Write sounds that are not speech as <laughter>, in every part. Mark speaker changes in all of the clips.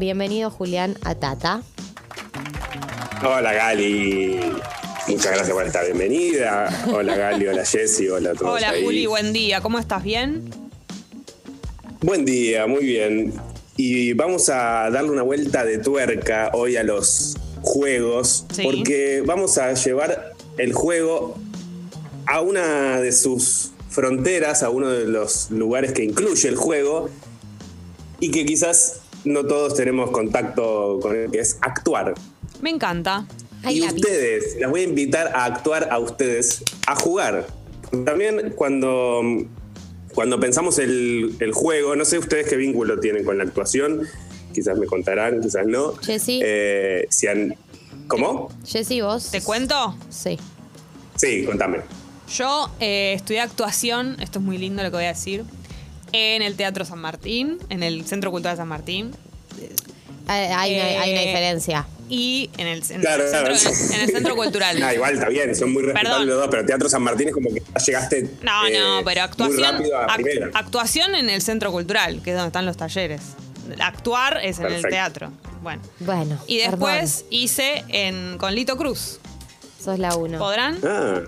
Speaker 1: Bienvenido, Julián, a Tata.
Speaker 2: Hola Gali, muchas gracias por esta bienvenida. Hola Gali, hola Jessy, hola a todos.
Speaker 3: Hola
Speaker 2: ahí.
Speaker 3: Juli, buen día. ¿Cómo estás? ¿Bien?
Speaker 2: Buen día, muy bien. Y vamos a darle una vuelta de tuerca hoy a los juegos,
Speaker 3: Sí.
Speaker 2: porque vamos a llevar el juego a una de sus fronteras, a uno de los lugares que incluye el juego y que quizás no todos tenemos contacto con él, que es actuar.
Speaker 3: Me encanta.
Speaker 1: Ay,
Speaker 2: y
Speaker 1: Gaby.
Speaker 2: ustedes, las voy a invitar a actuar a ustedes, a jugar. También cuando, cuando pensamos el, el juego, no sé ustedes qué vínculo tienen con la actuación, quizás me contarán, quizás no.
Speaker 1: Jessy.
Speaker 2: Eh, si han- ¿Cómo?
Speaker 1: Jessy, vos.
Speaker 3: ¿Te cuento?
Speaker 1: Sí.
Speaker 2: Sí, contame.
Speaker 3: Yo eh, estudié actuación, esto es muy lindo lo que voy a decir, en el Teatro San Martín, en el Centro Cultural San Martín.
Speaker 1: Hay, hay una,
Speaker 3: Eh,
Speaker 1: hay una diferencia.
Speaker 3: Y en el, en el
Speaker 2: Claro, claro.
Speaker 3: centro, en el
Speaker 2: <laughs>
Speaker 3: Centro Cultural.
Speaker 2: Ah, igual, está bien, son muy respetables
Speaker 3: Perdón.
Speaker 2: los dos, pero Teatro San Martín es como que ya llegaste
Speaker 3: No,
Speaker 2: eh,
Speaker 3: no,
Speaker 2: muy
Speaker 3: pero actuación.
Speaker 2: rápido a
Speaker 3: act-
Speaker 2: primera.
Speaker 3: actuación en el centro cultural, que es donde están los talleres. Actuar es en
Speaker 2: Perfecto.
Speaker 3: el teatro. Bueno.
Speaker 1: Bueno.
Speaker 3: Y después hice en, con Lito Cruz.
Speaker 1: perdón, sos la uno.
Speaker 3: ¿Podrán?
Speaker 2: Ah,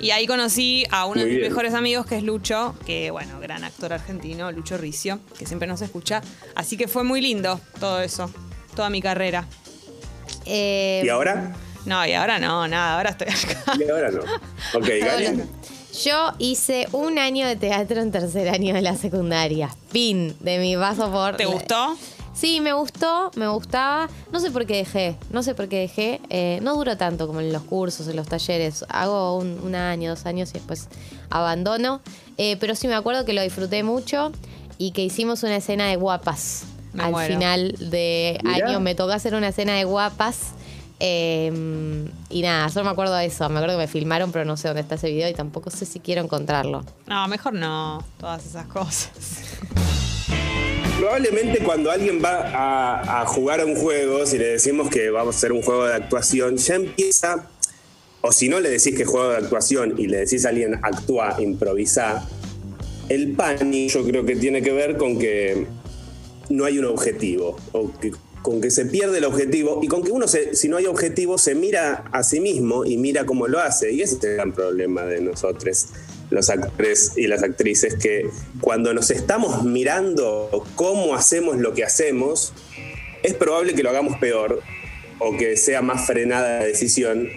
Speaker 3: Y ahí conocí a uno
Speaker 2: Muy
Speaker 3: de mis
Speaker 2: bien.
Speaker 3: mejores amigos, que es Lucho, que, bueno, gran actor argentino, Lucho Ricio, que siempre nos escucha. Así que fue muy lindo todo eso, toda mi carrera.
Speaker 1: Eh,
Speaker 2: ¿Y ahora?
Speaker 3: No, y ahora no, nada, ahora estoy acá.
Speaker 2: Y ahora
Speaker 3: <laughs>
Speaker 2: no.
Speaker 1: todos
Speaker 2: Ok, Gali.
Speaker 1: los- Yo hice un año de teatro en tercer año de la secundaria. Fin de mi paso por.
Speaker 3: ¿Te gustó?
Speaker 1: Sí, me gustó, me gustaba. No sé por qué dejé, no sé por qué dejé. Eh, no duró tanto como en los cursos, en los talleres. Hago un, un año, dos años y después abandono. Eh, pero sí me acuerdo que lo disfruté mucho y que hicimos una escena de guapas.
Speaker 3: Me
Speaker 1: Al
Speaker 3: muero.
Speaker 1: final de
Speaker 2: Mirá.
Speaker 1: año me tocó hacer una escena de guapas. Eh, y nada, solo me acuerdo de eso. Me acuerdo que me filmaron, pero no sé dónde está ese video y tampoco sé si quiero encontrarlo.
Speaker 3: No, mejor no, todas esas cosas.
Speaker 2: Probablemente cuando alguien va a, a jugar a un juego, si le decimos que vamos a hacer un juego de actuación, ya empieza, o si no le decís que juego de actuación y le decís a alguien actúa, improvisa, el pánico yo creo que tiene que ver con que no hay un objetivo, o que- con que se pierde el objetivo y con que uno, se- si no hay objetivo, se mira a sí mismo y mira cómo lo hace. Y ese es el gran problema de nosotros, los actores y las actrices, que cuando nos estamos mirando cómo hacemos lo que hacemos, es probable que lo hagamos peor o que sea más frenada la decisión.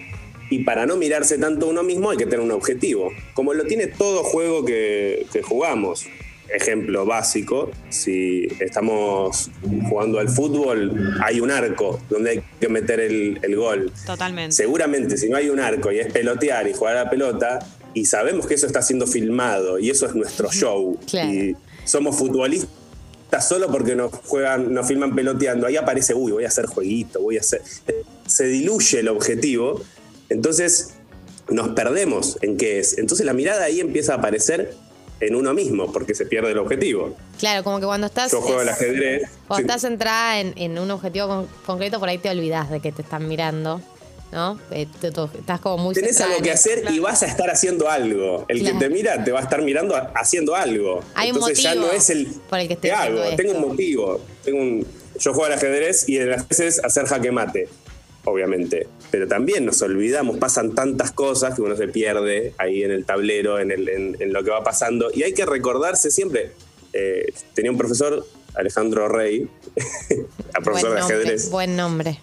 Speaker 2: Y para no mirarse tanto uno mismo hay que tener un objetivo, como lo tiene todo juego que, que jugamos. Ejemplo básico, si estamos jugando al fútbol, hay un arco donde hay que meter el, el gol.
Speaker 3: Totalmente.
Speaker 2: Seguramente si no hay un arco y es pelotear y jugar a la pelota, y sabemos que eso está siendo filmado y eso es nuestro show,
Speaker 1: Claro.
Speaker 2: y somos futbolistas solo porque nos juegan, nos filman peloteando, ahí aparece, uy, voy a hacer jueguito, voy a hacer. Se diluye el objetivo, entonces nos perdemos en qué es. Entonces la mirada ahí empieza a aparecer en uno mismo, porque se pierde el objetivo.
Speaker 1: Claro, como que cuando estás.
Speaker 2: Yo juego al
Speaker 1: es-
Speaker 2: ajedrez.
Speaker 1: Cuando
Speaker 2: sí.
Speaker 1: estás centrada en, en un objetivo con- concreto, por ahí te olvidas de que te están mirando, ¿no? Eh, te- tú estás como muy
Speaker 2: Tenés
Speaker 1: centrada
Speaker 2: algo
Speaker 1: en
Speaker 2: que
Speaker 1: eso.
Speaker 2: hacer y vas a estar haciendo algo. El
Speaker 1: Claro.
Speaker 2: que te mira te va a estar mirando a- haciendo algo.
Speaker 1: Hay un
Speaker 2: Entonces ya
Speaker 1: motivo
Speaker 2: no es el,
Speaker 1: por el que estoy
Speaker 2: ¿qué
Speaker 1: haciendo
Speaker 2: hago?
Speaker 1: esto.
Speaker 2: Tengo un motivo. Tengo un, yo juego al ajedrez y el ajedrez es hacer jaque mate, obviamente. Pero también nos olvidamos, pasan tantas cosas que uno se pierde ahí en el tablero, en, el- en- en lo que va pasando. Y hay que recordarse siempre. Eh, tenía un profesor, Alejandro Rey, <laughs> profesor
Speaker 1: buen
Speaker 2: de
Speaker 1: nombre,
Speaker 2: ajedrez
Speaker 1: Buen nombre.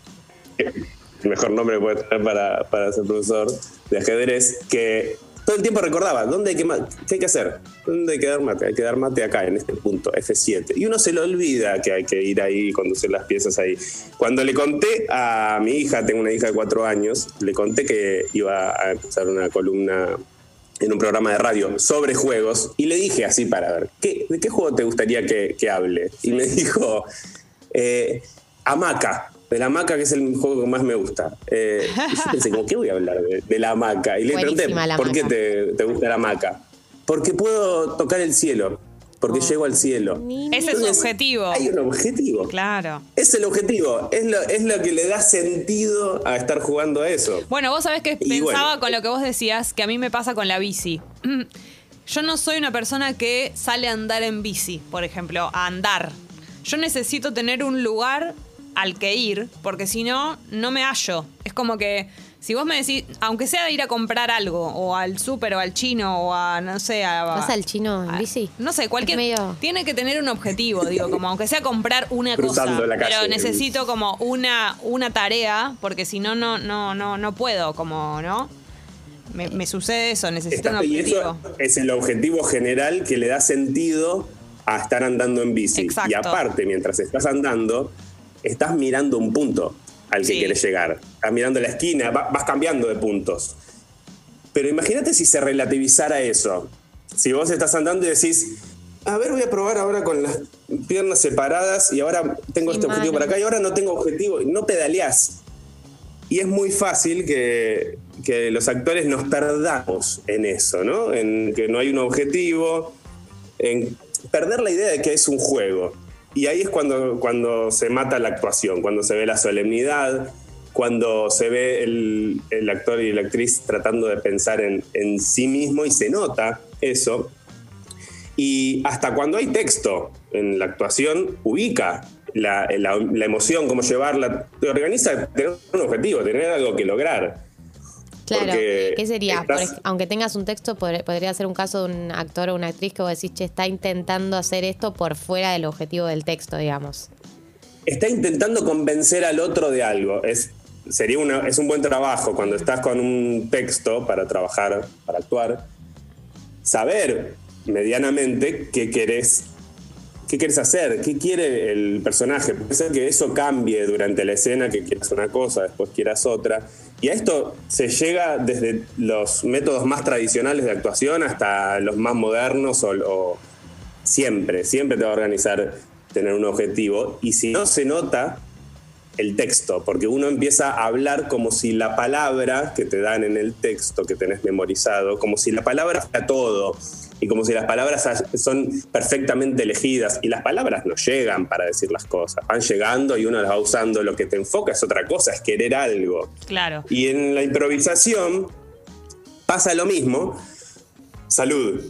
Speaker 2: el mejor nombre que puede tener para, para ser profesor de ajedrez, que todo el tiempo recordaba, ¿dónde hay que, ma- qué hay que hacer? ¿Dónde hay que dar mate? Hay que dar mate acá, en este punto, F7. Y uno se le olvida que hay que ir ahí y conducir las piezas ahí. Cuando le conté a mi hija, tengo una hija de cuatro años, le conté que iba a empezar una columna en un programa de radio sobre juegos y le dije así para ver, ¿qué, ¿de qué juego te gustaría que, que hable? Y me dijo, eh, hamaca, de la hamaca que es el juego que más me gusta. Eh, y yo pensé, ¿cómo qué voy a hablar de, de la hamaca? Y le
Speaker 1: Buenísima la
Speaker 2: pregunté, ¿por qué
Speaker 1: hamaca".
Speaker 2: te, te gusta la hamaca? Porque puedo tocar el cielo, porque
Speaker 1: Oh.
Speaker 2: llego al cielo.
Speaker 3: Ese es su objetivo.
Speaker 2: Hay un objetivo.
Speaker 3: Claro.
Speaker 2: Es el objetivo, es lo, es lo que le da sentido a estar jugando a eso.
Speaker 3: Bueno, vos sabés que
Speaker 2: Y bueno.
Speaker 3: pensaba con lo que vos decías, que a mí me pasa con la bici. <clears throat> Yo no soy una persona que sale a andar en bici, por ejemplo, a andar. yo necesito tener un lugar al que ir, porque si no, no me hallo. Es como que si vos me decís, aunque sea ir a comprar algo, o al súper, o al chino, o a, no sé, a...
Speaker 1: ¿Vas al chino en
Speaker 3: a-
Speaker 1: bici?
Speaker 3: Ah, No sé, cualquier...
Speaker 1: Es medio-
Speaker 3: Tiene que tener un objetivo, digo, como aunque sea comprar una
Speaker 2: Cruzando
Speaker 3: cosa.
Speaker 2: la calle.
Speaker 3: Pero necesito como una, una tarea, porque si no, no, no, no, no puedo, como, ¿no? Me, me sucede eso, necesito un
Speaker 2: Está- y
Speaker 3: objetivo.
Speaker 2: eso es el objetivo general que le da sentido a estar andando en bici.
Speaker 3: Exacto.
Speaker 2: Y aparte, mientras estás andando, estás mirando un punto al que
Speaker 3: Sí.
Speaker 2: quieres llegar. Estás mirando la esquina, va- vas cambiando de puntos. Pero imagínate si se relativizara eso. Si vos estás andando y decís, a ver, voy a probar ahora con las piernas separadas y ahora tengo
Speaker 1: Sí,
Speaker 2: este
Speaker 1: mano.
Speaker 2: objetivo para acá y ahora no tengo objetivo, no pedaleás. Y es muy fácil que, que los actores nos perdamos en eso, ¿no? En que no hay un objetivo, en perder la idea de que es un juego. Y ahí es cuando, cuando se mata la actuación, cuando se ve la solemnidad, cuando se ve el, el actor y la actriz tratando de pensar en, en sí mismo y se nota eso. Y hasta cuando hay texto en la actuación, ubica la, la- la emoción, cómo llevarla, te organiza tener un objetivo, tener algo que lograr.
Speaker 1: Claro,
Speaker 2: porque
Speaker 1: ¿qué sería? Por
Speaker 2: estás-
Speaker 1: ej- aunque tengas un texto, pod- podría ser un caso de un actor o una actriz que vos decís, che, está intentando hacer esto por fuera del objetivo del texto,
Speaker 2: <laughs>
Speaker 1: digamos.
Speaker 2: está intentando convencer al otro de algo. Es, sería una, es un buen trabajo cuando estás con un texto para trabajar, para actuar, saber medianamente qué querés, qué querés hacer, qué quiere el personaje. Puede ser que eso cambie durante la escena, que quieras una cosa, después quieras otra. Y a esto se llega desde los métodos más tradicionales de actuación hasta los más modernos o- o siempre, siempre te va a organizar tener un objetivo. Y si no se nota el texto, porque uno empieza a hablar como si la palabra que te dan en el texto que tenés memorizado, como si la palabra fuera todo, y como si las palabras hay- son perfectamente elegidas, y las palabras no llegan para decir las cosas, van llegando y uno las va usando, lo que te enfoca es otra cosa, es querer algo. <laughs>
Speaker 3: Claro.
Speaker 2: Y en la improvisación pasa lo mismo. Salud.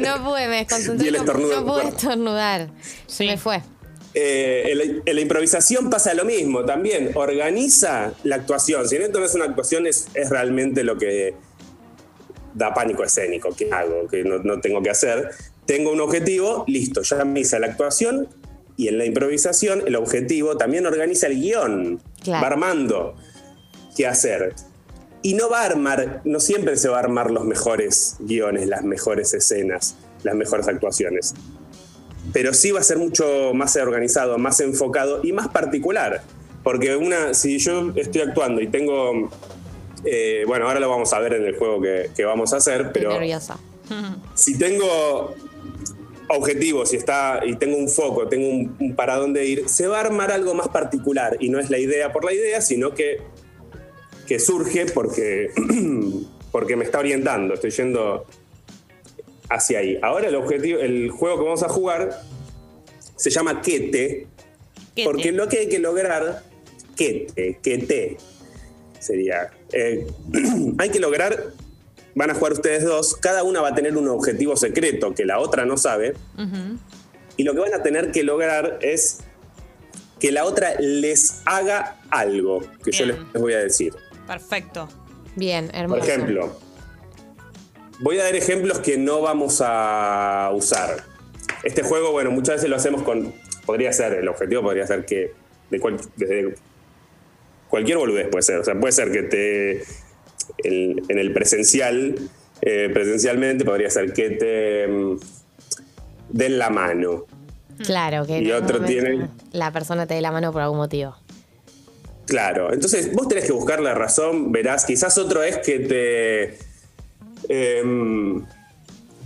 Speaker 1: No pude, me
Speaker 2: Y
Speaker 1: desconcentré.
Speaker 2: el
Speaker 1: No,
Speaker 2: estornudo
Speaker 1: no
Speaker 2: en tu
Speaker 1: pude
Speaker 2: cuerpo.
Speaker 1: estornudar. Se me fue.
Speaker 2: Eh, en, la, en la improvisación pasa lo mismo también. Organiza la actuación. Si no, esto no es una actuación, es, es realmente lo que da pánico escénico. ¿Qué hago? ¿Qué no, no tengo que hacer? Tengo un objetivo, listo, ya me hice la actuación. Y en la improvisación, el objetivo también organiza el guión.
Speaker 1: Claro.
Speaker 2: Va armando qué hacer. Y no va a armar, no siempre se va a armar los mejores guiones, las mejores escenas, las mejores actuaciones pero sí va a ser mucho más organizado, más enfocado y más particular. Porque una, si yo estoy actuando y tengo, eh, bueno, ahora lo vamos a ver en el juego que, que vamos a hacer,
Speaker 1: Estoy
Speaker 2: pero
Speaker 1: nerviosa.
Speaker 2: si tengo objetivos y está y tengo un foco, tengo un, un para dónde ir, se va a armar algo más particular y no es la idea por la idea, sino que que surge porque <clears throat> porque me está orientando, estoy yendo hacia ahí. Ahora el objetivo, el juego que vamos a jugar se llama Quete,
Speaker 3: ¿Qué
Speaker 2: porque
Speaker 3: te-
Speaker 2: lo que hay que lograr, quete, quete, sería. eh, <clears throat> hay que lograr, van a jugar ustedes dos, cada una va a tener un objetivo secreto que la otra no sabe,
Speaker 3: Ujú.
Speaker 2: y lo que van a tener que lograr es que la otra les haga algo que yo les
Speaker 3: Bien.
Speaker 2: voy a decir.
Speaker 3: Perfecto.
Speaker 1: Bien,
Speaker 2: Por
Speaker 1: hermoso.
Speaker 2: ejemplo, voy a dar ejemplos que no vamos a usar. Este juego, bueno, muchas veces lo hacemos con. Podría ser, el objetivo podría ser que. De cual- desde cualquier boludez puede ser. O sea, puede ser que te. En, en el presencial, eh, presencialmente, podría ser que te. mm, den la mano.
Speaker 1: Claro, que. en
Speaker 2: Y
Speaker 1: algún
Speaker 2: otro
Speaker 1: momento
Speaker 2: tiene-
Speaker 1: La persona te dé la mano por algún motivo.
Speaker 2: Claro, entonces vos tenés que buscar la razón, verás, quizás otro es que te... em,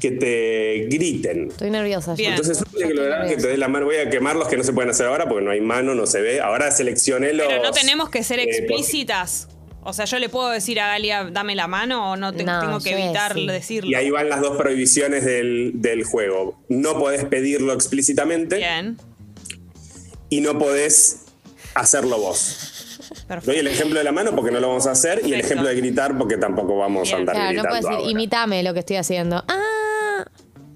Speaker 2: que te griten.
Speaker 1: Estoy nerviosa.
Speaker 3: Bien.
Speaker 1: yo.
Speaker 2: Entonces uno tiene que
Speaker 1: Yo estoy
Speaker 2: lograr que te
Speaker 1: nerviosa.
Speaker 2: dé la mano. Voy a quemar los que no se pueden hacer ahora porque no hay mano, no se ve. Ahora seleccioné los...
Speaker 3: Pero no tenemos que ser
Speaker 2: eh,
Speaker 3: explícitas. O sea, yo le puedo decir a Galia, dame la mano o no, te-
Speaker 1: No,
Speaker 3: tengo que
Speaker 1: yo
Speaker 3: evitar
Speaker 1: sí.
Speaker 3: decirlo.
Speaker 2: Y ahí van las dos prohibiciones del, del juego. No podés pedirlo explícitamente
Speaker 3: Bien,
Speaker 2: y no podés hacerlo vos. Doy
Speaker 3: perfecto.
Speaker 2: el ejemplo de la mano porque no lo vamos a hacer y el
Speaker 3: Perfecto.
Speaker 2: ejemplo de gritar porque tampoco vamos
Speaker 3: Bien.
Speaker 2: a andar
Speaker 1: Claro, no
Speaker 2: gritando
Speaker 1: puedo decir,
Speaker 2: ahora.
Speaker 1: imitame lo que estoy haciendo. Ah.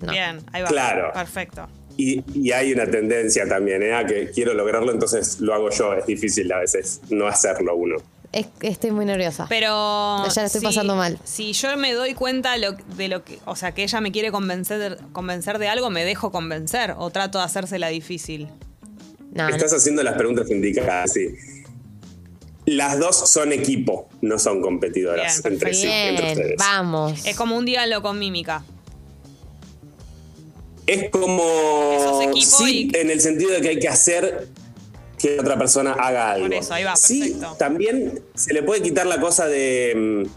Speaker 1: No.
Speaker 3: Bien, ahí va.
Speaker 2: Claro.
Speaker 3: Perfecto.
Speaker 2: Y, y hay una tendencia también, ¿eh? A que quiero lograrlo, entonces lo hago yo. Es difícil a veces no hacerlo uno.
Speaker 1: Es- estoy muy nerviosa.
Speaker 3: Pero.
Speaker 1: Ya la estoy
Speaker 3: si-
Speaker 1: pasando mal.
Speaker 3: Si yo me doy cuenta lo- de lo que. O sea, que ella me quiere convencer, convencer de algo, me dejo convencer o trato de hacérsela difícil.
Speaker 1: No, no.
Speaker 2: Estás haciendo las preguntas indicadas, sí. Las dos son equipo, no son competidoras
Speaker 3: Bien,
Speaker 2: entre sí, entre
Speaker 1: Bien,
Speaker 2: ustedes.
Speaker 1: vamos.
Speaker 3: Es como un diálogo con mímica.
Speaker 2: Es como.
Speaker 3: Esos equipos
Speaker 2: sí,
Speaker 3: y-
Speaker 2: en el sentido de que hay que hacer que la otra persona haga algo.
Speaker 3: Por eso, ahí va,
Speaker 2: Sí,
Speaker 3: perfecto.
Speaker 2: también se le puede quitar la cosa de. mm,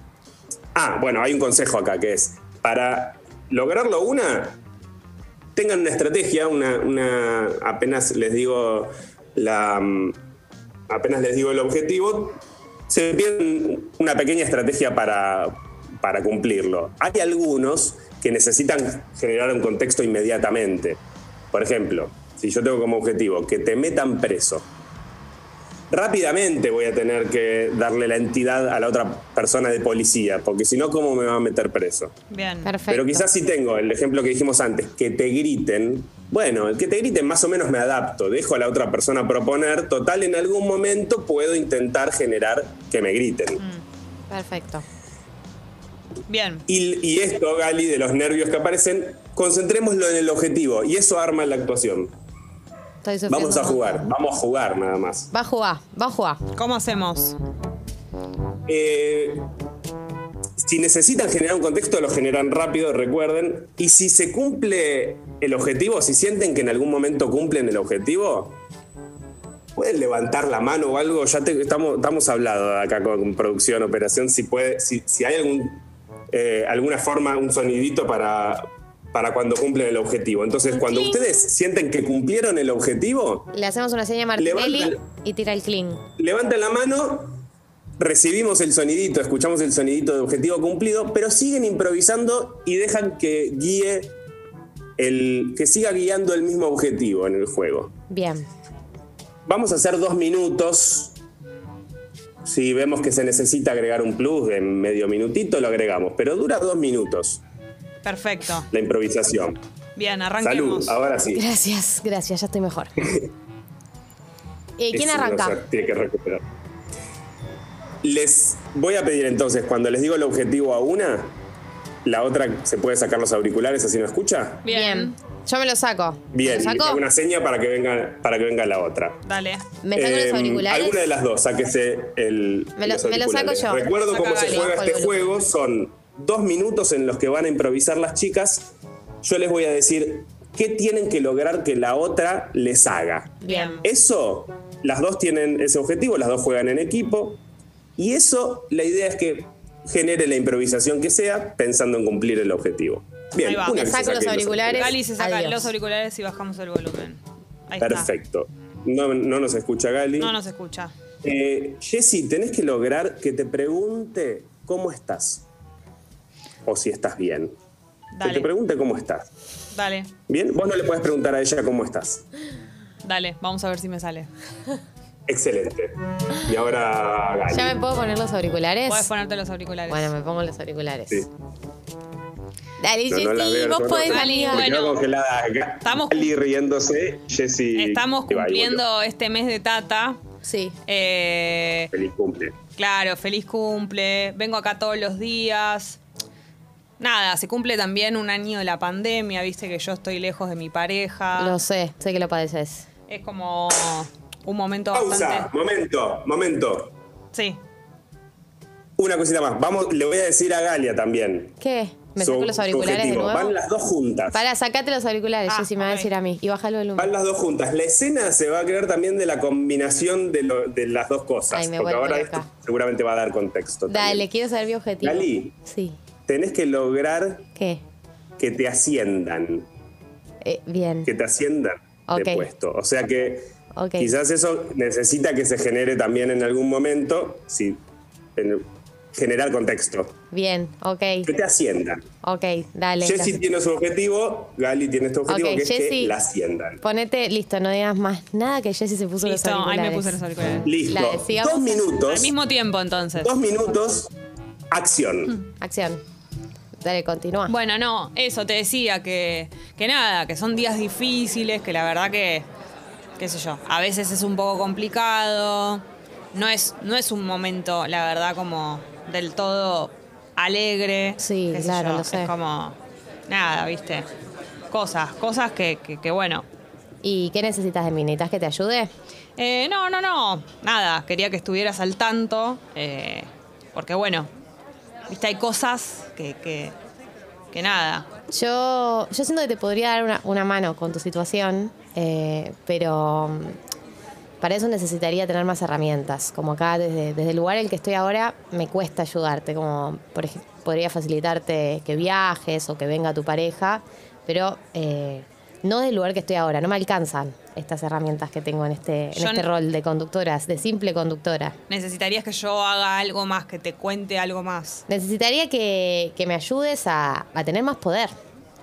Speaker 2: Ah, bueno, hay un consejo acá que es: para lograrlo, una, tengan una estrategia, una. una apenas les digo la. mm, Apenas les digo el objetivo, se piden una pequeña estrategia para, para cumplirlo. Hay algunos que necesitan generar un contexto inmediatamente. Por ejemplo, si yo tengo como objetivo que te metan preso, rápidamente voy a tener que darle la entidad a la otra persona de policía, porque si no, ¿cómo me va a meter preso?
Speaker 3: Bien.
Speaker 1: Perfecto.
Speaker 2: Pero quizás si tengo el ejemplo que dijimos antes, que te griten, bueno, el que te griten más o menos me adapto, dejo a la otra persona proponer, total, en algún momento puedo intentar generar que me griten.
Speaker 1: Perfecto.
Speaker 3: Bien.
Speaker 2: Y, y esto, Gali, de los nervios que aparecen, concentrémoslo en el objetivo y eso arma la actuación.
Speaker 1: Estoy sufriendo
Speaker 2: Vamos a
Speaker 1: un montón.
Speaker 2: jugar, vamos a jugar nada más.
Speaker 1: Va a jugar, va a jugar.
Speaker 3: ¿Cómo hacemos?
Speaker 2: Eh, si necesitan generar un contexto, lo generan rápido, recuerden. Y si se cumple el objetivo, si sienten que en algún momento cumplen el objetivo, pueden levantar la mano o algo. Ya te- estamos, estamos hablando acá con producción, operación, si puede, si, si hay algún, eh, alguna forma, un sonidito para, para cuando cumplen el objetivo. Entonces, cuando
Speaker 1: Cling.
Speaker 2: ustedes sienten que cumplieron el objetivo,
Speaker 1: Le hacemos una seña a Martinelli
Speaker 2: Levanta-
Speaker 1: y tira el cling.
Speaker 2: levantan la mano, recibimos el sonidito, escuchamos el sonidito de objetivo cumplido, pero siguen improvisando y dejan que guíe el que siga guiando el mismo objetivo en el juego.
Speaker 1: Bien.
Speaker 2: Vamos a hacer dos minutos. Si vemos que se necesita agregar un plus de medio minutito, lo agregamos. Pero dura dos minutos
Speaker 3: Perfecto.
Speaker 2: la improvisación.
Speaker 3: Bien,
Speaker 2: Salud,
Speaker 3: arranquemos.
Speaker 2: ahora sí.
Speaker 1: Gracias, gracias, ya estoy
Speaker 2: <laughs>
Speaker 1: mejor. Eh, ¿Quién
Speaker 2: Ese no
Speaker 1: arranca?
Speaker 2: se tiene que recuperar. Les voy a pedir entonces, cuando les digo el objetivo a una, la otra se puede sacar los auriculares así no escucha.
Speaker 3: Bien.
Speaker 1: Yo me lo saco.
Speaker 2: Bien,
Speaker 1: ¿Me
Speaker 2: y
Speaker 1: lo
Speaker 2: hago
Speaker 1: saco?
Speaker 2: una seña para que venga, para que venga la otra.
Speaker 3: Dale.
Speaker 1: ¿Me saco
Speaker 2: Eh,
Speaker 1: los auriculares?
Speaker 2: Alguna de las dos, sáquese el.
Speaker 1: Me lo-
Speaker 2: los
Speaker 1: me lo saco
Speaker 2: auriculares.
Speaker 1: yo.
Speaker 2: Recuerdo
Speaker 3: Saca
Speaker 2: cómo se
Speaker 3: Gali,
Speaker 2: juega
Speaker 1: bajo el
Speaker 2: este
Speaker 1: volumen.
Speaker 2: juego. Son dos minutos en los que van a improvisar las chicas. Yo les voy a decir qué tienen que lograr que la otra les haga.
Speaker 1: Bien.
Speaker 2: Eso, las dos tienen ese objetivo, las dos juegan en equipo. Y eso, la idea es que genere la improvisación que sea pensando en cumplir el objetivo. Bien,
Speaker 3: Ahí va.
Speaker 2: una
Speaker 3: Me
Speaker 2: que se
Speaker 1: saco
Speaker 2: saque
Speaker 1: los auriculares.
Speaker 3: Gali se saca
Speaker 1: Adiós.
Speaker 3: los auriculares y bajamos el volumen. Ahí está.
Speaker 2: Perfecto. No, no nos escucha Gali.
Speaker 3: No nos escucha.
Speaker 2: Eh, Jessy, tenés que lograr que te pregunte cómo estás. O si estás bien. Que te
Speaker 3: Dale.
Speaker 2: pregunte cómo estás.
Speaker 3: Dale.
Speaker 2: ¿Bien? Vos no le podés preguntar a ella cómo estás.
Speaker 3: Dale. Vamos a ver si me sale.
Speaker 2: Excelente. Y ahora Gali.
Speaker 1: ¿Ya me puedo poner los auriculares?
Speaker 3: Puedes ponerte los auriculares.
Speaker 1: Bueno, me pongo los auriculares.
Speaker 2: Sí.
Speaker 1: Dale,
Speaker 2: No, no la
Speaker 1: Jessy, vos
Speaker 2: veo, no, no.
Speaker 1: podés
Speaker 3: Dale,
Speaker 1: amiga.
Speaker 2: Me quedo
Speaker 3: Bueno.
Speaker 2: congelada. Ga-
Speaker 3: Estamos-
Speaker 2: Gali riéndose, Jessy.
Speaker 3: Estamos
Speaker 2: que va y vuelve.
Speaker 3: cumpliendo este mes de Tata.
Speaker 1: Sí.
Speaker 3: Eh,
Speaker 2: Feliz cumple.
Speaker 3: claro, feliz cumple. Vengo acá todos los días. Nada, se cumple también un año de la pandemia, viste que yo estoy lejos de mi pareja.
Speaker 1: Lo sé, sé que lo padeces.
Speaker 3: Es como un momento
Speaker 2: Pausa,
Speaker 3: bastante.
Speaker 2: momento, momento.
Speaker 3: Sí.
Speaker 2: Una cosita más. Vamos, le voy a decir a Galia también.
Speaker 1: ¿Qué? ¿Me
Speaker 2: su-
Speaker 1: saco los
Speaker 2: su
Speaker 1: auriculares de
Speaker 2: objetivo.
Speaker 1: nuevo?
Speaker 2: Van las dos juntas.
Speaker 1: Para, sacate los auriculares,
Speaker 3: Ah,
Speaker 1: Jessy, me va a
Speaker 3: ok.
Speaker 1: decir a mí. Y baja el volumen.
Speaker 2: Van las dos juntas. La escena se va a crear también de la combinación de, lo- de las dos cosas.
Speaker 1: Ay, me
Speaker 2: porque
Speaker 1: vuelvo
Speaker 2: ahora
Speaker 1: loca.
Speaker 2: esto seguramente va a dar contexto.
Speaker 1: Dale,
Speaker 2: también.
Speaker 1: quiero saber mi objetivo.
Speaker 2: Lali.
Speaker 1: Sí.
Speaker 2: Tenés que lograr
Speaker 1: ¿Qué?
Speaker 2: que te asciendan.
Speaker 1: Eh, bien.
Speaker 2: Que te asciendan
Speaker 1: Ok.
Speaker 2: de puesto. O sea que
Speaker 1: Ok.
Speaker 2: quizás eso necesita que se genere también en algún momento. Sí, en- generar contexto.
Speaker 1: Bien. Ok.
Speaker 2: Que te asciendan.
Speaker 1: Ok. Dale.
Speaker 2: Jessy tiene su objetivo, Gali tiene este objetivo,
Speaker 1: Ok,
Speaker 2: que es
Speaker 1: Jessy.
Speaker 2: que la asciendan.
Speaker 1: Ponete, listo, no digas más nada que Jessy se puso
Speaker 3: Listo,
Speaker 1: los
Speaker 3: ahí
Speaker 1: auriculares.
Speaker 3: me puse los auriculares.
Speaker 2: Listo.
Speaker 1: La sigamos-
Speaker 2: Dos
Speaker 1: Al
Speaker 2: minutos.
Speaker 3: Al mismo tiempo, entonces.
Speaker 1: Mm.
Speaker 2: Dos minutos. Acción.
Speaker 1: Acción. Dale, continúa.
Speaker 3: Bueno, no, eso te decía que, que nada, que son días difíciles, que la verdad que, qué sé yo, a veces es un poco complicado. No es, no es un momento, la verdad, como del todo alegre.
Speaker 1: Sí,
Speaker 3: qué sé
Speaker 1: claro,
Speaker 3: yo,
Speaker 1: lo sé.
Speaker 3: Es como, nada, viste. Cosas, cosas que, que- que bueno.
Speaker 1: ¿Y qué necesitas de mí? ¿Necesitas que te ayude?
Speaker 3: Eh, no, no, no, nada, quería que estuvieras al tanto, eh, porque bueno, viste, hay cosas que, que, que nada,
Speaker 1: Yo, yo siento que te podría dar una, una mano con tu situación, eh, pero mm, para eso necesitaría tener más herramientas. Como acá, desde, desde el lugar en el que estoy ahora, me cuesta ayudarte. Como, por ejemplo, podría facilitarte que viajes o que venga tu pareja, pero eh, no del lugar que estoy ahora. No me alcanzan estas herramientas que tengo en este, en
Speaker 3: Yo
Speaker 1: este
Speaker 3: no-
Speaker 1: rol de conductoras, de simple conductora.
Speaker 3: Necesitarías que yo haga algo más, que te cuente algo más.
Speaker 1: Necesitaría que, que me ayudes a, a tener más poder,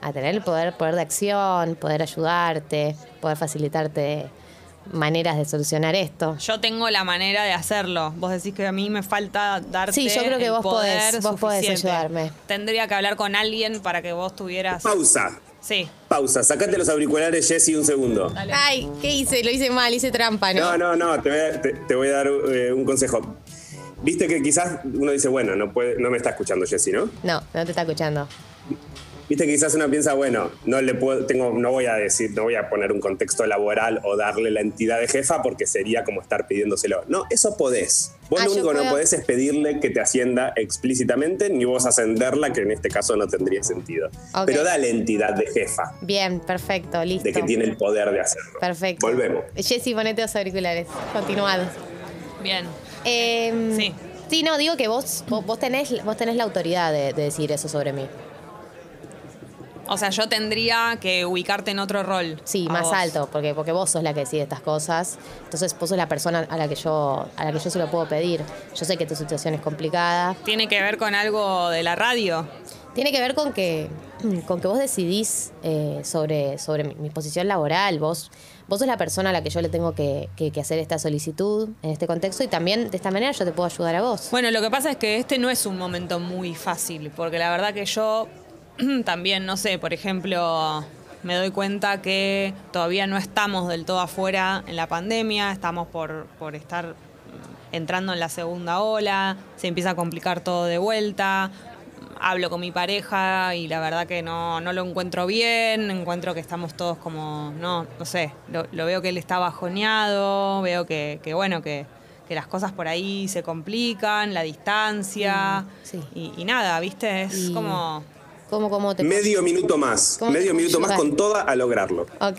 Speaker 1: a tener el poder, poder de acción, poder ayudarte, poder facilitarte maneras de solucionar esto.
Speaker 3: Yo tengo la manera de hacerlo. Vos decís que a mí me falta darte.
Speaker 1: Sí, yo creo que
Speaker 3: el
Speaker 1: vos podés,
Speaker 3: poder
Speaker 1: vos podés
Speaker 3: suficiente.
Speaker 1: ayudarme.
Speaker 3: Tendría que hablar con alguien para que vos tuvieras.
Speaker 2: Pausa.
Speaker 3: Sí.
Speaker 2: Pausa. Sacate los auriculares, Jessy, un segundo.
Speaker 1: Ay, ¿qué hice? Lo hice mal, hice trampa,
Speaker 2: No, no, no, te voy a, te- te voy a dar eh, un consejo. Viste que quizás uno dice, bueno, no, puede, no me está escuchando Jessy, ¿no?
Speaker 1: No, no te está escuchando.
Speaker 2: Viste que quizás uno piensa, bueno, no le puedo, tengo, no voy a decir, no voy a poner un contexto laboral o darle la entidad de jefa porque sería como estar pidiéndoselo. No, eso podés. Vos
Speaker 1: Ah,
Speaker 2: lo
Speaker 1: yo
Speaker 2: único que no
Speaker 1: puedo-
Speaker 2: podés es pedirle que te ascienda explícitamente, ni vos ascenderla, que en este caso no tendría sentido.
Speaker 1: Ok.
Speaker 2: Pero dale entidad de jefa,
Speaker 1: Bien, perfecto, listo.
Speaker 2: de que tiene el poder de hacerlo.
Speaker 1: Perfecto.
Speaker 2: Volvemos.
Speaker 1: Jessy, ponete los auriculares. Continuados.
Speaker 3: Bien.
Speaker 1: Eh,
Speaker 3: Sí.
Speaker 1: Sí, no, digo que vos, vos, vos tenés, vos tenés la autoridad de, de decir eso sobre mí.
Speaker 3: O sea, yo tendría que ubicarte en otro rol.
Speaker 1: Sí,
Speaker 3: A
Speaker 1: más
Speaker 3: vos.
Speaker 1: alto, porque, porque vos sos la que decide estas cosas. Entonces vos sos la persona a la que yo, a la que yo se lo puedo pedir. Yo sé que tu situación es complicada.
Speaker 3: Tiene que ver con algo de la radio.
Speaker 1: Tiene que ver con que, <clears throat> con que vos decidís eh, sobre, sobre mi, mi posición laboral. Vos, vos sos la persona a la que yo le tengo que, que- que hacer esta solicitud en este contexto y también de esta manera yo te puedo ayudar a vos.
Speaker 3: Bueno, lo que pasa es que este no es un momento muy fácil, porque la verdad que yo <clears throat> también, no sé, por ejemplo, me doy cuenta que todavía no estamos del todo afuera en la pandemia, estamos por, por estar mm, entrando en la segunda ola, se empieza a complicar todo de vuelta. Hablo con mi pareja y la verdad que no, no lo encuentro bien, encuentro que estamos todos como, no, no sé, lo, lo veo que él está bajoneado, veo que, que bueno, que, que las cosas por ahí se complican, la distancia
Speaker 1: Mm, Sí.
Speaker 3: y, y nada, viste, es
Speaker 1: Y-
Speaker 3: como...
Speaker 1: ¿Cómo, cómo te
Speaker 2: Medio minuto más,
Speaker 1: ¿Cómo te
Speaker 2: medio
Speaker 1: puedo
Speaker 2: minuto más
Speaker 1: ayudar?
Speaker 2: con toda a lograrlo.
Speaker 1: Ok.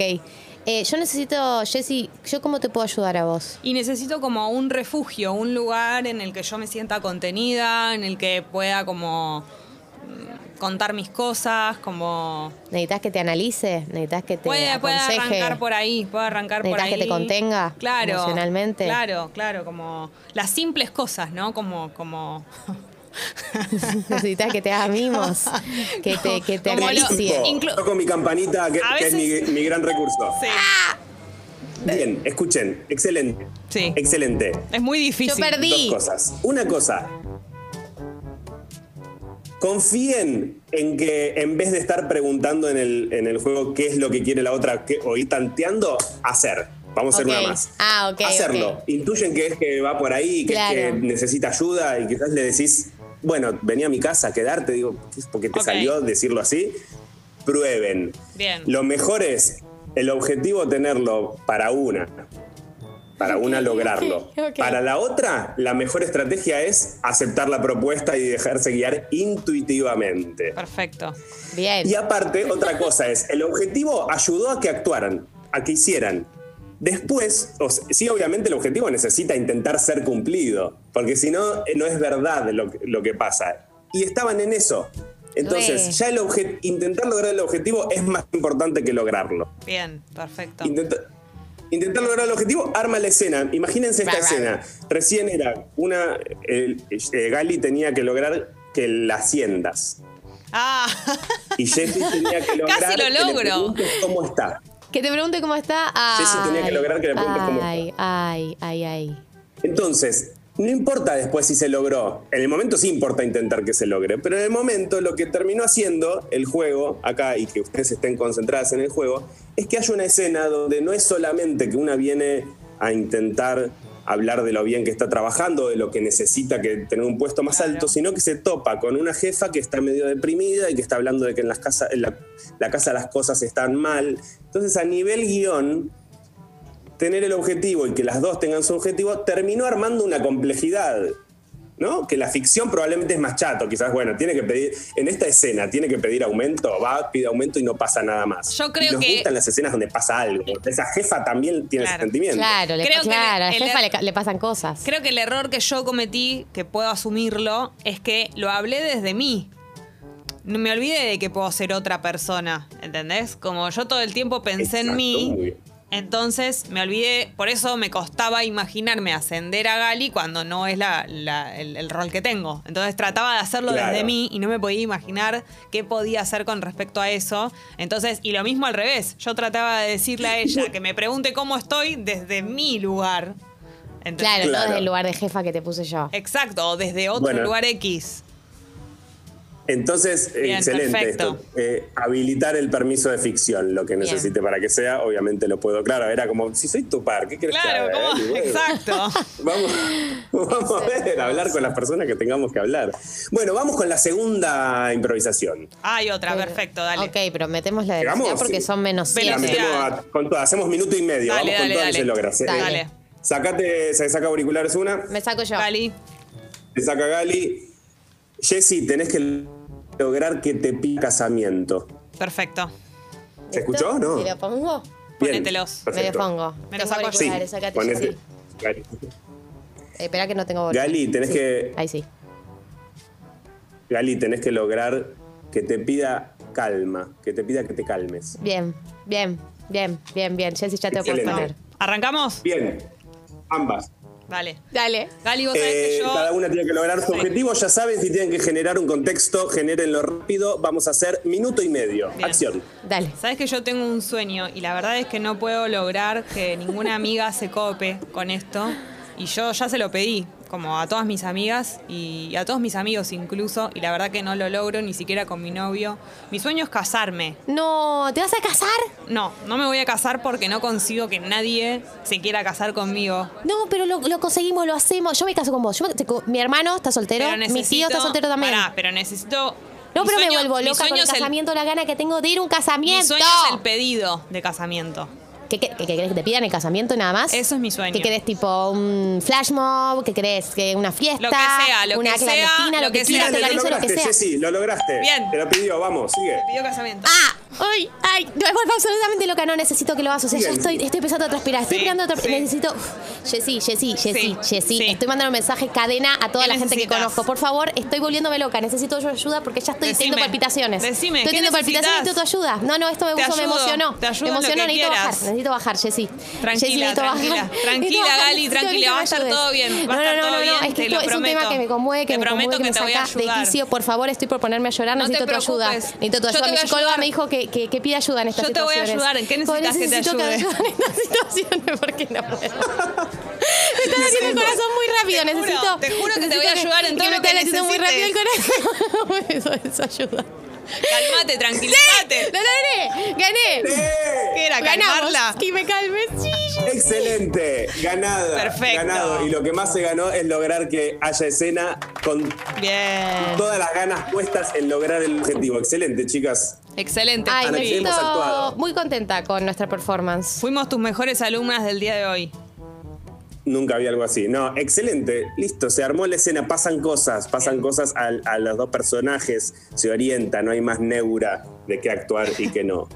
Speaker 1: Eh, yo necesito, Jessy, ¿yo cómo te puedo ayudar a vos?
Speaker 3: Y necesito como un refugio, un lugar en el que yo me sienta contenida, en el que pueda como mm, contar mis cosas, como...
Speaker 1: ¿Necesitas que te analice? ¿Necesitas que te
Speaker 3: Puede, puede
Speaker 1: aconseje?
Speaker 3: arrancar por ahí, puede arrancar por ahí.
Speaker 1: Necesitas que te contenga
Speaker 3: claro,
Speaker 1: emocionalmente.
Speaker 3: Claro, claro, como las simples cosas, ¿no? Como, como
Speaker 1: Necesitas que te haga mimos, que te, que te
Speaker 3: Como lo-
Speaker 1: acaricie.
Speaker 3: in- Inclu-
Speaker 2: Toco mi campanita, que,
Speaker 3: A
Speaker 2: que es
Speaker 3: veces-
Speaker 2: mi, mi gran recurso.
Speaker 3: Sí.
Speaker 2: Bien, escuchen. Excelente.
Speaker 3: Sí.
Speaker 2: Excelente.
Speaker 3: Es muy difícil.
Speaker 1: Yo perdí.
Speaker 2: Dos cosas. Una cosa. Confíen en que en vez de estar preguntando en el, en el juego qué es lo que quiere la otra que- o ir tanteando, hacer. Vamos a hacer
Speaker 1: Ok.
Speaker 2: una más.
Speaker 1: Ah, ok,
Speaker 2: Hacerlo.
Speaker 1: ok.
Speaker 2: Intuyen que es que va por ahí, que
Speaker 1: Claro.
Speaker 2: es que necesita ayuda y quizás le decís, bueno, venía a mi casa a quedarte, digo, ¿qué es? porque te
Speaker 3: Ok.
Speaker 2: salió decirlo así. Prueben.
Speaker 3: Bien.
Speaker 2: Lo mejor es el objetivo tenerlo para una. Para una lograrlo.
Speaker 1: ok.
Speaker 2: Para la otra, la mejor estrategia es aceptar la propuesta y dejarse guiar intuitivamente.
Speaker 3: Perfecto.
Speaker 1: Bien.
Speaker 2: Y aparte, otra cosa es, el objetivo ayudó a que actuaran, a que hicieran. Después, o sea, sí, obviamente el objetivo necesita intentar ser cumplido, porque si no, eh, no es verdad lo, que- lo que pasa. Y estaban en eso. Entonces,
Speaker 1: Re.
Speaker 2: ya el obje- intentar lograr el objetivo es más importante que lograrlo.
Speaker 3: Bien, perfecto.
Speaker 2: Intenta- intentar lograr el objetivo, arma la escena. Imagínense esta
Speaker 1: Ra, ra.
Speaker 2: escena. Recién era una. el- eh, Gali tenía que lograr que la haciendas.
Speaker 3: Ah,
Speaker 2: Y Jessy tenía que lograr.
Speaker 3: <laughs> Casi lo
Speaker 2: que le
Speaker 3: logro.
Speaker 2: preguntes ¿Cómo está?
Speaker 1: Que te pregunte cómo está. Ay,
Speaker 2: Jessy tenía que lograr que le preguntes cómo
Speaker 1: ay, ay, ay, ay.
Speaker 2: Entonces, No importa después si se logró. En el momento sí importa intentar que se logre. Pero en el momento lo que terminó haciendo el juego acá y que ustedes estén concentradas en el juego es que haya una escena donde no es solamente que una viene a intentar hablar de lo bien que está trabajando, de lo que necesita que tener un puesto más
Speaker 3: Claro.
Speaker 2: alto, sino que se topa con una jefa que está medio deprimida y que está hablando de que en, las casa, en la, la casa las cosas están mal. Entonces, a nivel guión, tener el objetivo y que las dos tengan su objetivo terminó armando una complejidad. ¿No? Que la ficción probablemente es más chato, quizás, bueno, tiene que pedir, en esta escena tiene que pedir aumento, va, pide aumento y no pasa nada más.
Speaker 3: Yo creo
Speaker 2: y nos
Speaker 3: que-
Speaker 2: gustan las escenas donde pasa algo. Esa jefa también tiene
Speaker 3: Claro.
Speaker 2: ese sentimiento.
Speaker 1: Claro, le,
Speaker 3: Creo que
Speaker 1: claro, a la
Speaker 3: el- er-
Speaker 1: jefa le, ca- le pasan cosas.
Speaker 3: Creo que el error que yo cometí, que puedo asumirlo, es que lo hablé desde mí. No me olvidé de que puedo ser otra persona, ¿entendés? Como yo todo el tiempo pensé
Speaker 2: Exacto,
Speaker 3: en
Speaker 2: muy
Speaker 3: mí,
Speaker 2: bien.
Speaker 3: entonces me olvidé, por eso me costaba imaginarme ascender a Gali cuando no es la- la- el, el rol que tengo. Entonces trataba de hacerlo
Speaker 2: Claro.
Speaker 3: desde mí y no me podía imaginar qué podía hacer con respecto a eso. Entonces, y lo mismo al revés, yo trataba de decirle a ella que me pregunte cómo estoy desde mi lugar. ¿entendés?
Speaker 1: Claro, no
Speaker 2: Claro.
Speaker 1: desde el lugar de jefa que te puse yo.
Speaker 3: Exacto, o desde otro
Speaker 2: Bueno.
Speaker 3: lugar X.
Speaker 2: Entonces, eh,
Speaker 3: Bien,
Speaker 2: excelente.
Speaker 3: perfecto.
Speaker 2: esto. Eh, habilitar el permiso de ficción, lo que
Speaker 1: Bien.
Speaker 2: necesite para que sea, obviamente lo puedo. Claro, era como, si soy tu par, ¿qué crees
Speaker 3: Claro,
Speaker 2: que haga?
Speaker 3: como,
Speaker 2: Y bueno,
Speaker 3: <laughs> exacto.
Speaker 2: <laughs>
Speaker 1: <laughs>
Speaker 2: Vamos, vamos a ver, a hablar con las personas que tengamos que hablar. Bueno, vamos con la segunda improvisación.
Speaker 3: Hay otra,
Speaker 1: Pero-
Speaker 3: perfecto, dale.
Speaker 1: Ok, pero metemos la
Speaker 2: Llegamos,
Speaker 1: velocidad porque
Speaker 2: sí.
Speaker 1: son menos
Speaker 2: La
Speaker 3: Velocidad.
Speaker 1: 7.
Speaker 2: metemos a- con todas, hacemos minuto y medio, vamos
Speaker 3: Dale,
Speaker 2: con
Speaker 3: dale,
Speaker 2: todas
Speaker 3: dale.
Speaker 2: y se logra. Se-
Speaker 1: Dale.
Speaker 2: Sacate, se saca auriculares una,
Speaker 1: Me saco yo.
Speaker 3: Gali.
Speaker 2: te saca Gali. Jessy, tenés que lograr que te pida casamiento.
Speaker 3: Perfecto.
Speaker 2: ¿Se escuchó?
Speaker 1: ¿Listo?
Speaker 2: No.
Speaker 1: ¿Me lo pongo?
Speaker 2: Bien,
Speaker 3: Ponételos.
Speaker 1: Me lo
Speaker 2: perfecto.
Speaker 1: pongo.
Speaker 3: Me lo
Speaker 1: Tengo
Speaker 3: saco yo.
Speaker 2: Sí,
Speaker 1: auriculares, sacate,
Speaker 2: ponete.
Speaker 1: Jessy.
Speaker 2: Gali.
Speaker 1: Eh, Espera que no tengo auriculares.
Speaker 2: Gali, tenés
Speaker 1: Sí.
Speaker 2: que,
Speaker 1: Ahí sí.
Speaker 2: Gali, tenés que lograr que te pida calma, que te pida que te calmes.
Speaker 1: Bien, bien, bien, bien, bien. Jessy, ya te puedo
Speaker 2: Excelente.
Speaker 1: poner.
Speaker 3: ¿Arrancamos?
Speaker 2: Bien, ambas.
Speaker 3: Dale.
Speaker 1: Dale.
Speaker 3: Gali, vos sabés
Speaker 2: Eh,
Speaker 3: que yo.
Speaker 2: cada una tiene que lograr su
Speaker 3: Sí.
Speaker 2: objetivo. Ya saben, si tienen que generar un contexto, genérenlo rápido. Vamos a hacer minuto y medio.
Speaker 3: Bien.
Speaker 2: Acción.
Speaker 1: Dale.
Speaker 3: Sabes que yo tengo un sueño y la verdad es que no puedo lograr que ninguna amiga se cope con esto. Y yo ya se lo pedí, como a todas mis amigas y a todos mis amigos incluso, y la verdad que no lo logro ni siquiera con mi novio. Mi sueño es casarme.
Speaker 1: No, ¿te vas a casar?
Speaker 3: No, no me voy a casar porque no consigo que nadie se quiera casar conmigo.
Speaker 1: No, pero lo, lo conseguimos, lo hacemos. Yo me caso con vos. Yo me- te- mi hermano está soltero. mi tío está soltero también.
Speaker 3: Pará, pero necesito.
Speaker 1: no,
Speaker 3: mi
Speaker 1: pero me
Speaker 3: sueño-
Speaker 1: vuelvo
Speaker 3: mi
Speaker 1: loca con
Speaker 3: sueño
Speaker 1: el
Speaker 3: es
Speaker 1: casamiento, la gana que tengo de ir a un
Speaker 3: Mi
Speaker 1: casamiento.
Speaker 3: sueño es el pedido de casamiento.
Speaker 1: ¿Qué, qué, qué querés que te pidan el casamiento nada más?
Speaker 3: Eso es mi sueño.
Speaker 1: ¿Qué querés tipo un flash mob? ¿Qué querés? ¿Que ¿Una fiesta?
Speaker 3: Lo que sea, lo
Speaker 1: una
Speaker 3: que sea,
Speaker 1: clandestina,
Speaker 3: lo
Speaker 1: lo que,
Speaker 3: que
Speaker 1: quieras,
Speaker 3: sea.
Speaker 1: te
Speaker 2: Dale, lo
Speaker 1: organizo lo que
Speaker 2: lograste,
Speaker 1: sea.
Speaker 2: Jessy, lo lograste.
Speaker 3: Bien.
Speaker 2: Te lo pidió, vamos, sigue.
Speaker 3: Pidió
Speaker 1: <laughs>
Speaker 3: casamiento.
Speaker 1: ¡Ah! ¡Ay! ¡Ay! No, por favor, absolutamente loca. No necesito que lo hagas. O sea, ya
Speaker 2: Bien.
Speaker 1: estoy, estoy empezando a transpirar. Estoy
Speaker 3: Sí,
Speaker 1: empezando a transpirar.
Speaker 3: sí.
Speaker 1: Necesito. Jessy, Jessy, Jessy, Jessy.
Speaker 3: sí.
Speaker 1: Estoy mandando un mensaje cadena a toda
Speaker 3: ¿Qué
Speaker 1: la gente que
Speaker 3: necesitas?
Speaker 1: conozco. Por favor, estoy volviéndome loca. Necesito tu ayuda porque ya estoy
Speaker 3: Decime.
Speaker 1: teniendo palpitaciones.
Speaker 3: Decime,
Speaker 1: Estoy
Speaker 3: ¿qué
Speaker 1: teniendo palpitaciones y necesito
Speaker 3: necesitas?
Speaker 1: tu ayuda. No, no, esto me
Speaker 3: Te
Speaker 1: gustó, me
Speaker 3: ayudo,
Speaker 1: emocionó.
Speaker 3: te ayudo
Speaker 1: me
Speaker 3: en lo
Speaker 1: emocionó,
Speaker 3: que
Speaker 1: necesito
Speaker 3: quieras.
Speaker 1: bajar. Necesito bajar, Jessy. Jessy,
Speaker 3: Tranquila,
Speaker 1: necesito bajar.
Speaker 3: tranquila,
Speaker 1: <laughs> Necesito
Speaker 3: tranquila,
Speaker 1: bajar,
Speaker 3: Gali,
Speaker 1: necesito
Speaker 3: tranquila,
Speaker 1: que me
Speaker 3: va a estar
Speaker 1: ayudes.
Speaker 3: todo bien, va a
Speaker 1: No,
Speaker 3: estar
Speaker 1: no, no,
Speaker 3: todo
Speaker 1: no,
Speaker 3: bien,
Speaker 1: es que
Speaker 3: te
Speaker 1: esto
Speaker 3: lo
Speaker 1: es un
Speaker 3: prometo.
Speaker 1: tema que me conmueve, que
Speaker 3: Te
Speaker 1: me conmueve, que
Speaker 3: prometo que
Speaker 1: me
Speaker 3: te voy a
Speaker 1: saca de
Speaker 3: ayudar.
Speaker 1: quicio. Por favor, estoy por ponerme a llorar.
Speaker 3: No te
Speaker 1: Necesito tu ayuda.
Speaker 3: preocupes.
Speaker 1: Necesito tu
Speaker 3: Yo
Speaker 1: ayuda. Mi
Speaker 3: te voy a
Speaker 1: psicóloga
Speaker 3: ayudar.
Speaker 1: me dijo que, que, que pida ayuda en estas
Speaker 3: Yo te voy a
Speaker 1: situaciones.
Speaker 3: ayudar. ¿En qué
Speaker 1: Como
Speaker 3: necesitas que te
Speaker 1: necesito
Speaker 3: ayude?
Speaker 1: me ayuden en estas <laughs> situaciones porque
Speaker 3: <laughs>
Speaker 1: no puedo. Estaba haciendo el corazón muy rápido.
Speaker 3: Te juro,
Speaker 1: necesito.
Speaker 3: te juro que te
Speaker 1: necesito
Speaker 3: voy a ayudar en
Speaker 1: que
Speaker 3: todo
Speaker 1: me
Speaker 3: lo que
Speaker 1: estás haciendo muy rápido el corazón. <laughs> Eso, eso ayuda.
Speaker 3: Calmate, tranquilízate.
Speaker 1: ¡Lo logré! ¡Gané!
Speaker 2: ¡Eh!
Speaker 3: ¿Qué era? ¿Calmarla?
Speaker 1: ¡Ganamos! ¡Que me calmes! Sí, sí.
Speaker 2: Excelente, ganada.
Speaker 3: Perfecto.
Speaker 2: Ganado. Y lo que más se ganó es lograr que haya escena con
Speaker 3: Bien.
Speaker 2: todas las ganas puestas en lograr el objetivo. Excelente, chicas.
Speaker 3: Excelente.
Speaker 1: Ay,
Speaker 2: Ana,
Speaker 1: me
Speaker 2: que
Speaker 3: Juli.
Speaker 2: hemos
Speaker 1: siento
Speaker 2: actuado.
Speaker 1: muy contenta con nuestra performance.
Speaker 3: Fuimos tus mejores alumnas del día de hoy.
Speaker 2: Nunca había algo así. No, excelente. Listo, se armó la escena. Pasan cosas, pasan cosas a, a los dos personajes. Se orienta, no hay más neura de qué actuar y qué no.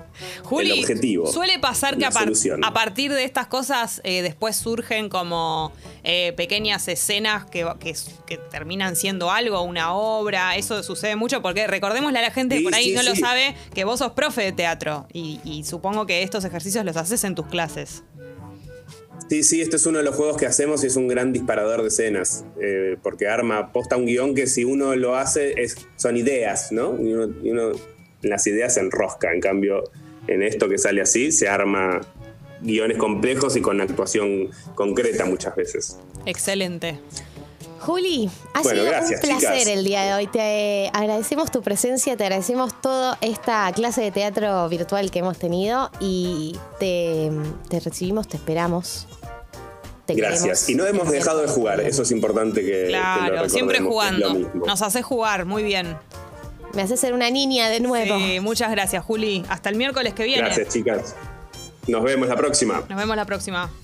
Speaker 3: Juli,
Speaker 2: el objetivo.
Speaker 3: suele pasar que
Speaker 2: la
Speaker 3: a, par-
Speaker 2: solución.
Speaker 3: a partir de estas cosas eh, después surgen como eh, pequeñas escenas que, va- que, s- que terminan siendo algo, una obra. Eso sucede mucho porque recordémosle a la gente que
Speaker 2: Sí,
Speaker 3: por ahí
Speaker 2: sí,
Speaker 3: no lo
Speaker 2: sí.
Speaker 3: sabe que vos sos profe de teatro y, y supongo que estos ejercicios los haces en tus clases.
Speaker 2: Sí, sí, este es uno de los juegos que hacemos y es un gran disparador de escenas, eh, porque arma, posta un guión que si uno lo hace es, son ideas, ¿no? Y uno, y uno en las ideas se enrosca, en cambio en esto que sale así se arma guiones complejos y con actuación concreta muchas veces.
Speaker 3: Excelente.
Speaker 1: Juli, ha
Speaker 2: Bueno,
Speaker 1: sido
Speaker 2: gracias,
Speaker 1: un placer
Speaker 2: chicas.
Speaker 1: el día de hoy. Te eh, agradecemos tu presencia, te agradecemos toda esta clase de teatro virtual que hemos tenido y te, te recibimos, te esperamos. Te
Speaker 2: Gracias.
Speaker 1: queremos.
Speaker 2: Y no hemos
Speaker 1: Te
Speaker 2: dejado de
Speaker 1: queremos.
Speaker 2: jugar, eso es importante que- que, lo
Speaker 3: Claro,
Speaker 2: recordemos,
Speaker 3: siempre
Speaker 2: que es lo
Speaker 3: jugando.
Speaker 2: mismo.
Speaker 3: Nos hace jugar, muy bien.
Speaker 1: Me hace ser una niña de nuevo.
Speaker 3: Sí, muchas gracias, Juli. Hasta el miércoles que viene.
Speaker 2: Gracias, chicas. Nos vemos la próxima.
Speaker 3: Nos vemos la próxima.